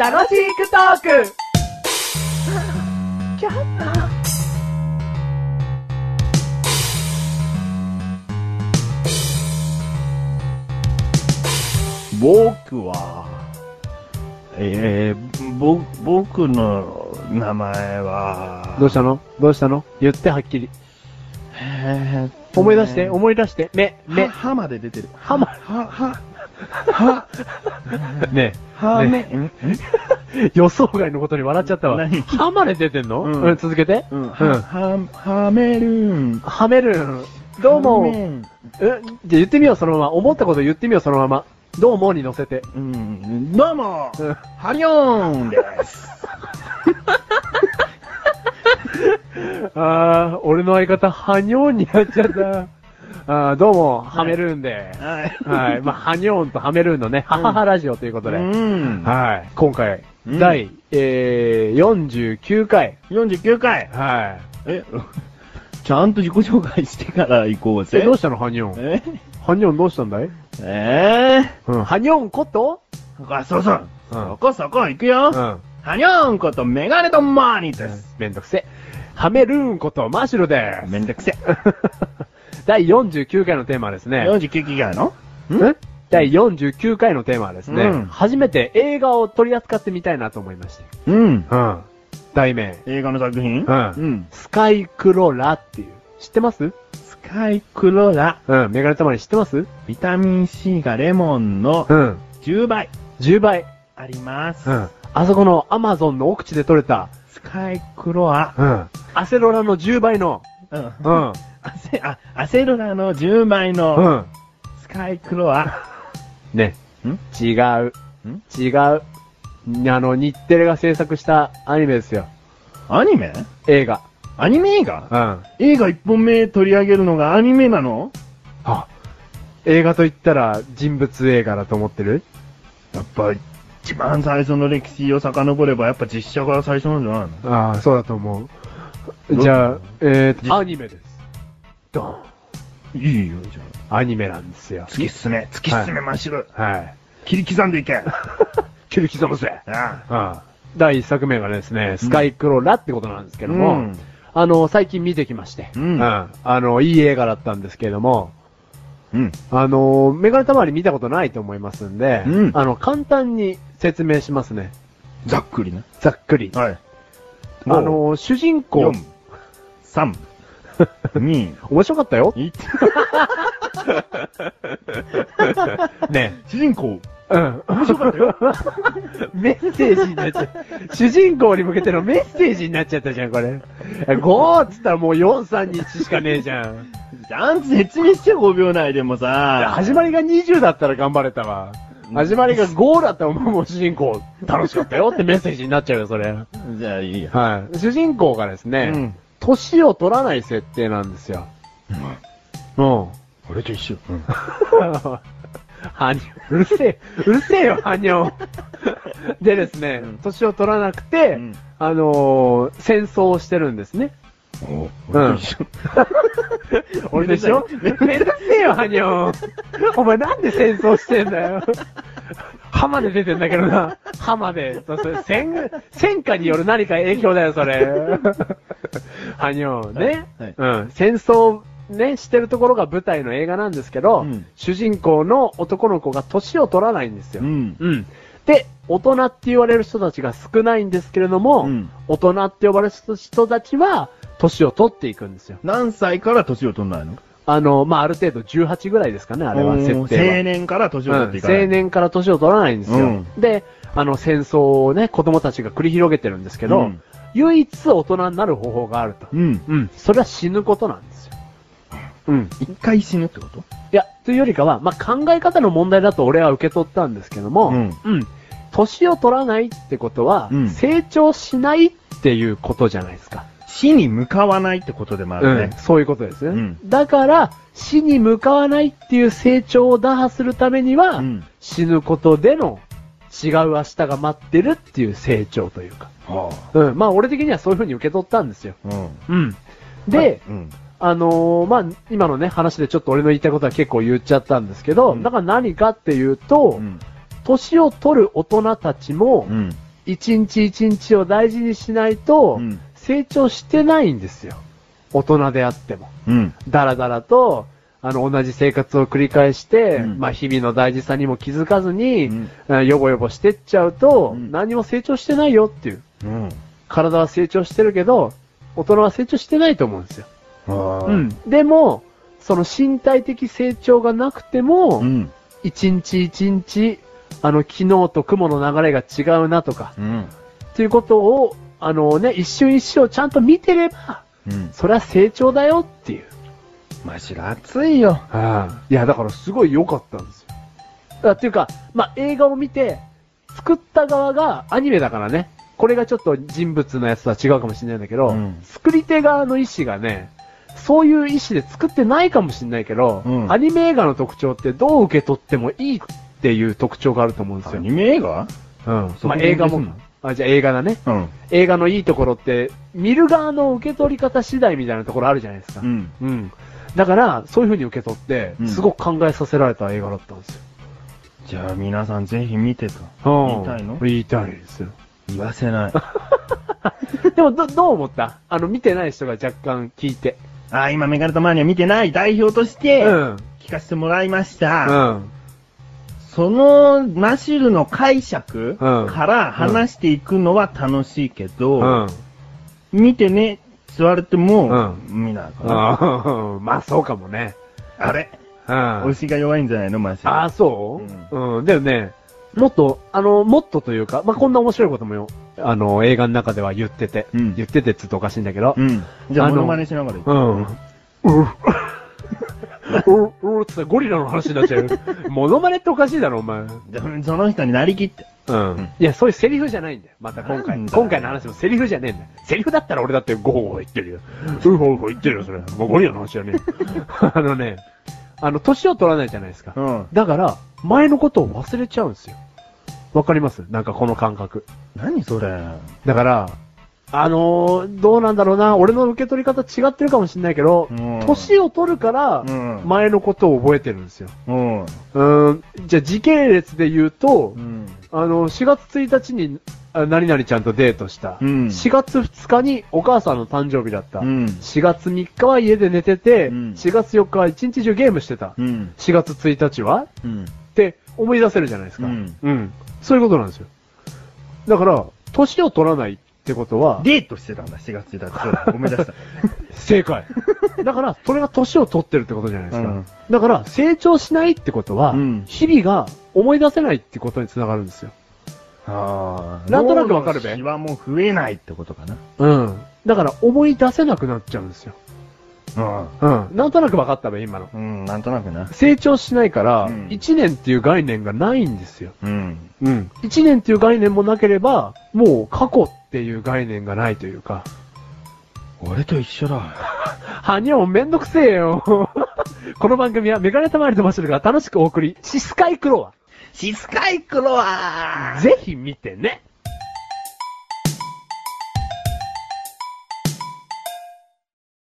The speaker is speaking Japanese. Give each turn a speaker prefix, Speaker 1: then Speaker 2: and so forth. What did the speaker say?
Speaker 1: 楽しくトーク
Speaker 2: 僕は、えー、ぼ、僕の名前は、
Speaker 3: どうしたのどうしたの言ってはっきり。
Speaker 2: えーっとね
Speaker 3: 思い出して、思い出して。目、
Speaker 2: は、
Speaker 3: 目。
Speaker 2: はまで出てる。
Speaker 3: はま
Speaker 2: は、は、は、
Speaker 3: ね
Speaker 2: はめ、
Speaker 3: ね予想外のことに笑っちゃったわ。
Speaker 2: 何
Speaker 3: はまで出てんの
Speaker 2: うん
Speaker 3: うん、続けて。
Speaker 2: うん、は、は、はめるん。
Speaker 3: はめるん。どう
Speaker 2: は
Speaker 3: も。
Speaker 2: め
Speaker 3: え
Speaker 2: ん
Speaker 3: じゃあ言ってみよう、そのまま。思ったこと言ってみよう、そのまま。どうもに乗せて。
Speaker 2: うん、どうも、
Speaker 3: うん
Speaker 2: ハリオンです。
Speaker 3: あー、俺の相方、はにょんになっちゃった。 あー、どうも、はめるんで。
Speaker 2: はい
Speaker 3: はい。まあ、はにょんとはめるんのね、はははラジオということで。
Speaker 2: うん。
Speaker 3: はい。今回、
Speaker 2: うん
Speaker 3: 第、えー、49回。
Speaker 2: 49回。
Speaker 3: は
Speaker 2: え、 ちゃんと自己紹介してから行こう
Speaker 3: い。え、
Speaker 2: ぜ。
Speaker 3: どうしたの、ハニョン。
Speaker 2: え
Speaker 3: ハニョンどうしたんだい
Speaker 2: え
Speaker 3: うん。ハニョンこと
Speaker 2: ー、あ、そうそう。
Speaker 3: うん
Speaker 2: そこそこ行くよ。
Speaker 3: うん。
Speaker 2: ハニョンことメガネとマーニーです。
Speaker 3: めんどくせ。ハメルーンことマシュルです。
Speaker 2: めんどくせ。
Speaker 3: 第49回のテーマはですね。
Speaker 2: 49期間の
Speaker 3: ん第49回のテーマはですね、
Speaker 2: うん
Speaker 3: 初めて映画を取り扱ってみたいなと思いまして。
Speaker 2: うん。
Speaker 3: うん。題名、
Speaker 2: 映画の作品
Speaker 3: うん
Speaker 2: うん。
Speaker 3: スカイクロラっていう。知ってます
Speaker 2: スカイクロラ。
Speaker 3: うん。メガネたまに知ってます
Speaker 2: ビタミン C がレモンの
Speaker 3: うん。
Speaker 2: 10倍
Speaker 3: 10倍。
Speaker 2: あります。
Speaker 3: うん。あそこのアマゾンの奥地で取れた、
Speaker 2: スカイクロア。
Speaker 3: うん。アセロラの10倍の、
Speaker 2: うん。
Speaker 3: うん。
Speaker 2: アセ、あ、アセロラの10倍の
Speaker 3: うん。
Speaker 2: スカイクロア。
Speaker 3: ね。違う。
Speaker 2: ん
Speaker 3: 違う。あの、日テレが制作したアニメですよ。
Speaker 2: アニメ
Speaker 3: 映画。
Speaker 2: アニメ映画
Speaker 3: うん。
Speaker 2: 映画一本目取り上げるのがアニメなの
Speaker 3: あ、映画と言ったら人物映画だと思ってる
Speaker 2: やっぱ、一番最初の歴史を遡れば、やっぱ実写が最初なんじゃないの
Speaker 3: ああ、そうだと思
Speaker 2: ど
Speaker 3: う。
Speaker 2: う
Speaker 3: じゃあ、えー
Speaker 2: じ
Speaker 3: と、アニメです。ドン。
Speaker 2: いいよ、じゃあ。
Speaker 3: アニメなんですよ。
Speaker 2: 突き進め、突き進め、真っ白。
Speaker 3: はい。
Speaker 2: 切り刻んでいけ。あ
Speaker 3: 切り刻むぜ。
Speaker 2: あ。
Speaker 3: うん。第一作目がですね、スカイクローラってことなんですけども、
Speaker 2: うん
Speaker 3: あの、最近見てきまして、
Speaker 2: うん
Speaker 3: あの、いい映画だったんですけれども、
Speaker 2: うん。
Speaker 3: あの、メガネたまに見たことないと思いますんで、
Speaker 2: うん
Speaker 3: あの、簡単に説明しますね。
Speaker 2: ざっくりね。
Speaker 3: ざっくり。あ
Speaker 2: はい。あの、
Speaker 3: の、主人公
Speaker 2: 4、、3、2、
Speaker 3: 面白かったよ。
Speaker 2: 1。
Speaker 3: ね。
Speaker 2: 主人公。
Speaker 3: うん。面白かったよ。メッセージになっちゃう。主人公に向けてのメッセージになっちゃったじゃん、これ。5っつったらもう4、3、1しかねえじゃん。
Speaker 2: ちゃんと説明して5秒内でもさ。
Speaker 3: 始まりが20だったら頑張れたわ。始まりが5だったらもう主人公楽しかったよってメッセージになっちゃうよ、それ。
Speaker 2: じゃあいいや。
Speaker 3: はい。主人公がです
Speaker 2: う
Speaker 3: ね
Speaker 2: ん、
Speaker 3: 年、を取らない設定なんですよ。うん。
Speaker 2: 俺と一緒。うん。
Speaker 3: はにょ、うる せえ、うるせえよ、はにょ。 でですね
Speaker 2: うん、
Speaker 3: 年、を取らなくて、
Speaker 2: うん
Speaker 3: あのー戦争をしてるんですね。
Speaker 2: お
Speaker 3: うん
Speaker 2: 俺と一緒。
Speaker 3: 俺でしょ
Speaker 2: め
Speaker 3: めんどくせえよ、はにょ。お前なんで戦争してんだよ。浜で出てんだけどな。浜で。そそれ戦、戦火による何か影響だよ、それ。はにょ、ね、
Speaker 2: はい
Speaker 3: うん。戦争、ね、してるところが舞台の映画なんですけど、
Speaker 2: うん
Speaker 3: 主人公の男の子が年を取らないんですよ。
Speaker 2: うん。
Speaker 3: うん。で、大人って言われる人たちが少ないんですけれども、
Speaker 2: うん
Speaker 3: 大人って呼ばれる人たちは、年を取っていくんですよ。
Speaker 2: 何歳から年を取んないの
Speaker 3: あの、まあ、ある程度18ぐらいですかね、あれは、
Speaker 2: うん
Speaker 3: 設定は。
Speaker 2: 青年から年を取っていかない。
Speaker 3: うん青年から年を取らないんですよ。
Speaker 2: うん
Speaker 3: で、あの、戦争をね、子供たちが繰り広げてるんですけど、
Speaker 2: うん
Speaker 3: 唯一大人になる方法があると。
Speaker 2: うん。
Speaker 3: うん。それは死ぬことなんですよ。うん。
Speaker 2: 一回死ぬってこと
Speaker 3: いや、というよりかは、まあ、考え方の問題だと俺は受け取ったんですけども、
Speaker 2: うん
Speaker 3: 年を取らないってことは、
Speaker 2: うん
Speaker 3: 成長しないっていうことじゃないですか。
Speaker 2: 死に向かわないってことでもあ
Speaker 3: う
Speaker 2: る
Speaker 3: ん、
Speaker 2: ね。
Speaker 3: そういうことですね。
Speaker 2: うん
Speaker 3: だから、死に向かわないっていう成長を打破するためには、
Speaker 2: うん
Speaker 3: 死ぬことでの違う明日が待ってるっていう成長というか。
Speaker 2: は
Speaker 3: うん、まあ俺的にはそういうふうに受け取ったんですよ。
Speaker 2: あうん。
Speaker 3: うん。で、
Speaker 2: はいうん。
Speaker 3: あのーまあ、今のね、話でちょっと俺の言いたいことは結構言っちゃったんですけど、
Speaker 2: うん
Speaker 3: だから何かっていうと、
Speaker 2: うん
Speaker 3: 年を取る大人たちも
Speaker 2: う、ん。
Speaker 3: 一日一日を大事にしないと
Speaker 2: う、ん。
Speaker 3: 成長してないんですよ。大人であっても。
Speaker 2: うん。
Speaker 3: だらだらと、あの、同じ生活を繰り返して、
Speaker 2: うん
Speaker 3: まあ、日々の大事さにも気づかずに、
Speaker 2: うん
Speaker 3: あよぼよぼしてっちゃうと、
Speaker 2: うん
Speaker 3: 何も成長してないよっていう。
Speaker 2: うん。
Speaker 3: 体は成長してるけど、大人は成長してないと思うんですよ。
Speaker 2: は
Speaker 3: う
Speaker 2: ーい
Speaker 3: ん。でも、その身体的成長がなくても、
Speaker 2: うん。
Speaker 3: 一日一日、あの、昨日と雲の流れが違うなとか、
Speaker 2: うん。
Speaker 3: っていうことを、あのね、一瞬一瞬ちゃんと見てれば、
Speaker 2: うん。
Speaker 3: それは成長だよっていう。
Speaker 2: マジで暑いよ。
Speaker 3: いや、だからすごい良かったんですよ。あっていうか、まあ、映画を見て、作った側がアニメだからね、これがちょっと人物のやつとは違うかもしれないんだけど、
Speaker 2: うん
Speaker 3: 作り手側の意思がね、そういう意思で作ってないかもしれないけど、
Speaker 2: うん
Speaker 3: アニメ映画の特徴ってどう受け取ってもいいっていう特徴があると思うんです
Speaker 2: ア
Speaker 3: よ。
Speaker 2: ニメ映画
Speaker 3: うん
Speaker 2: そこ
Speaker 3: まあ、
Speaker 2: に
Speaker 3: 映画
Speaker 2: う
Speaker 3: も
Speaker 2: ん、
Speaker 3: あ、じゃあ映画だね。
Speaker 2: うん。
Speaker 3: 映画のいいところって、見る側の受け取り方次第みたいなところあるじゃないですか。
Speaker 2: うん。
Speaker 3: うん。だから、そういう風に受け取って
Speaker 2: う、ん
Speaker 3: すごく考えさせられた映画だったんですよ。
Speaker 2: じゃあ皆さんぜひ見てと。
Speaker 3: う
Speaker 2: 言
Speaker 3: ん
Speaker 2: いたいの
Speaker 3: 言いたいですよ。
Speaker 2: 言わせない。
Speaker 3: でも、ど、どう思ったあの、見てない人が若干聞いて。
Speaker 2: あー、今メガネタマニア見てない代表として、
Speaker 3: うん。
Speaker 2: 聞かせてもらいまし
Speaker 3: う
Speaker 2: た。
Speaker 3: ん。
Speaker 2: その、マシルの解釈
Speaker 3: うん
Speaker 2: から話していくのは楽しいけど、
Speaker 3: うん。
Speaker 2: 見てね、座れても、
Speaker 3: う
Speaker 2: 見ないかな。
Speaker 3: うんまあ、そうかもね。
Speaker 2: あれ
Speaker 3: うん。
Speaker 2: 推しが弱いんじゃないのマシル。
Speaker 3: ああ、そうううん。だよね、もっと、あの、もっとというか、まあ、こんな面白いこともよ、あの、映画の中では言ってて、
Speaker 2: うん
Speaker 3: 言っててっつうとおかしいんだけど、
Speaker 2: うん。じゃあ、
Speaker 3: あの
Speaker 2: モノマネしながら
Speaker 3: う
Speaker 2: 行
Speaker 3: ん。うう、う、うってゴリラの話になっちゃう。モノマネっておかしいだろ、お前。う
Speaker 2: くじゃあその人になりきって。
Speaker 3: ん。いや、そういうセリフじゃないんだよ。また今回。
Speaker 2: なんだよ
Speaker 3: 今回の話もセリフじゃねえんだよ。セリフだったら俺だってゴホゴホ言ってるよ。ウホウホ言ってるよ、それ。もうゴリラの話じゃねえよ。 あのね、あの、年を取らないじゃないですか。
Speaker 2: うん。
Speaker 3: だから、前のことを忘れちゃうんですよ。わかりますなんかこの感覚。
Speaker 2: 何それ。
Speaker 3: だから、あのーどうなんだろうな、俺の受け取り方違ってるかもしれないけど、
Speaker 2: うん
Speaker 3: 年を取るから
Speaker 2: う、ん。
Speaker 3: 前のことを覚えてるんですよ。
Speaker 2: うん。
Speaker 3: うーん、じゃあ時系列で言うと、
Speaker 2: うん。
Speaker 3: あの、4月1日に、あ何々ちゃんとデートした。
Speaker 2: うん
Speaker 3: 4月2日にお母さんの誕生日だった。
Speaker 2: うん。
Speaker 3: 4月3日は家で寝てて、
Speaker 2: うん
Speaker 3: 4月4日は一日中ゲームしてた。
Speaker 2: うん。
Speaker 3: 4月1日は
Speaker 2: うん。
Speaker 3: って思い出せるじゃないですか。
Speaker 2: うん
Speaker 3: そういうことなんですよ。だから、年を取らないってことは、
Speaker 2: デートしてたんだ、4月1日。そうだ、 ごめんなさい。
Speaker 3: 正解。 だから、それが年を取ってるってことじゃないですか。
Speaker 2: うん
Speaker 3: だから、成長しないってことは、
Speaker 2: うん
Speaker 3: 日々が思い出せないってことにつながるんですよ。
Speaker 2: ああ。
Speaker 3: なんとなくわかる
Speaker 2: 脳
Speaker 3: べ
Speaker 2: のシワも増えないってことかな。
Speaker 3: うん。だから、思い出せなくなっちゃうんですよ。
Speaker 2: うん。
Speaker 3: うん。なんとなく分かったべ、今の。
Speaker 2: うん、なんとなくな。
Speaker 3: 成長しないから、
Speaker 2: うん
Speaker 3: 1年っていう概念がないんですよ。
Speaker 2: うん。
Speaker 3: うん。1年っていう概念もなければ、もう過去っていう概念がないというか、
Speaker 2: 俺と一緒 だ。
Speaker 3: はにょんめんどくせえよ。 この番組はメガネたまりとマッシュルが楽しくお送り、シスカイクロ
Speaker 2: シスカイクロワ
Speaker 3: ア。
Speaker 2: ー
Speaker 3: ぜひ見てね。